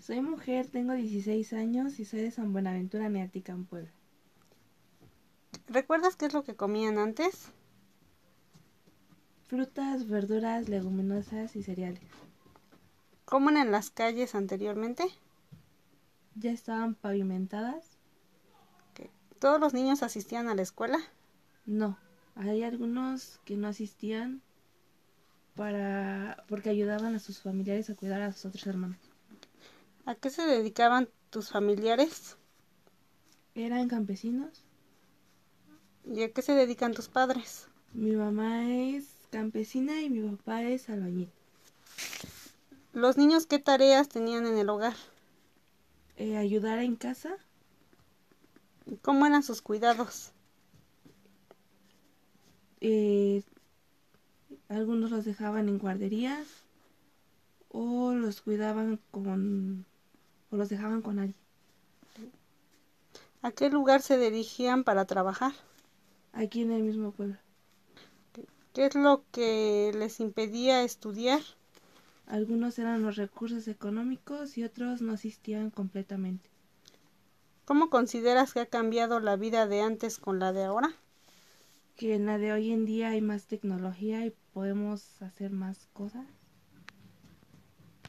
Soy mujer, tengo 16 años y soy de San Buenaventura, Miatican, Puebla. ¿Recuerdas qué es lo que comían antes? Frutas, verduras, leguminosas y cereales. ¿Cómo eran las calles anteriormente? Ya estaban pavimentadas. Ok. ¿Todos los niños asistían a la escuela? No, hay algunos que no asistían para porque ayudaban a sus familiares a cuidar a sus otros hermanos. ¿A qué se dedicaban tus familiares? Eran campesinos. ¿Y a qué se dedican tus padres? Mi mamá es campesina y mi papá es albañil. ¿Los niños qué tareas tenían en el hogar? Eh, ayudar en casa. ¿Y ¿Cómo eran sus cuidados? eh, algunos los dejaban en guarderías o los cuidaban con o los dejaban con alguien. ¿A qué lugar se dirigían para trabajar? Aquí en el mismo pueblo. ¿Qué es lo que les impedía estudiar? Algunos eran los recursos económicos y otros no asistían completamente. ¿Cómo consideras que ha cambiado la vida de antes con la de ahora? Que en la de hoy en día hay más tecnología y podemos hacer más cosas.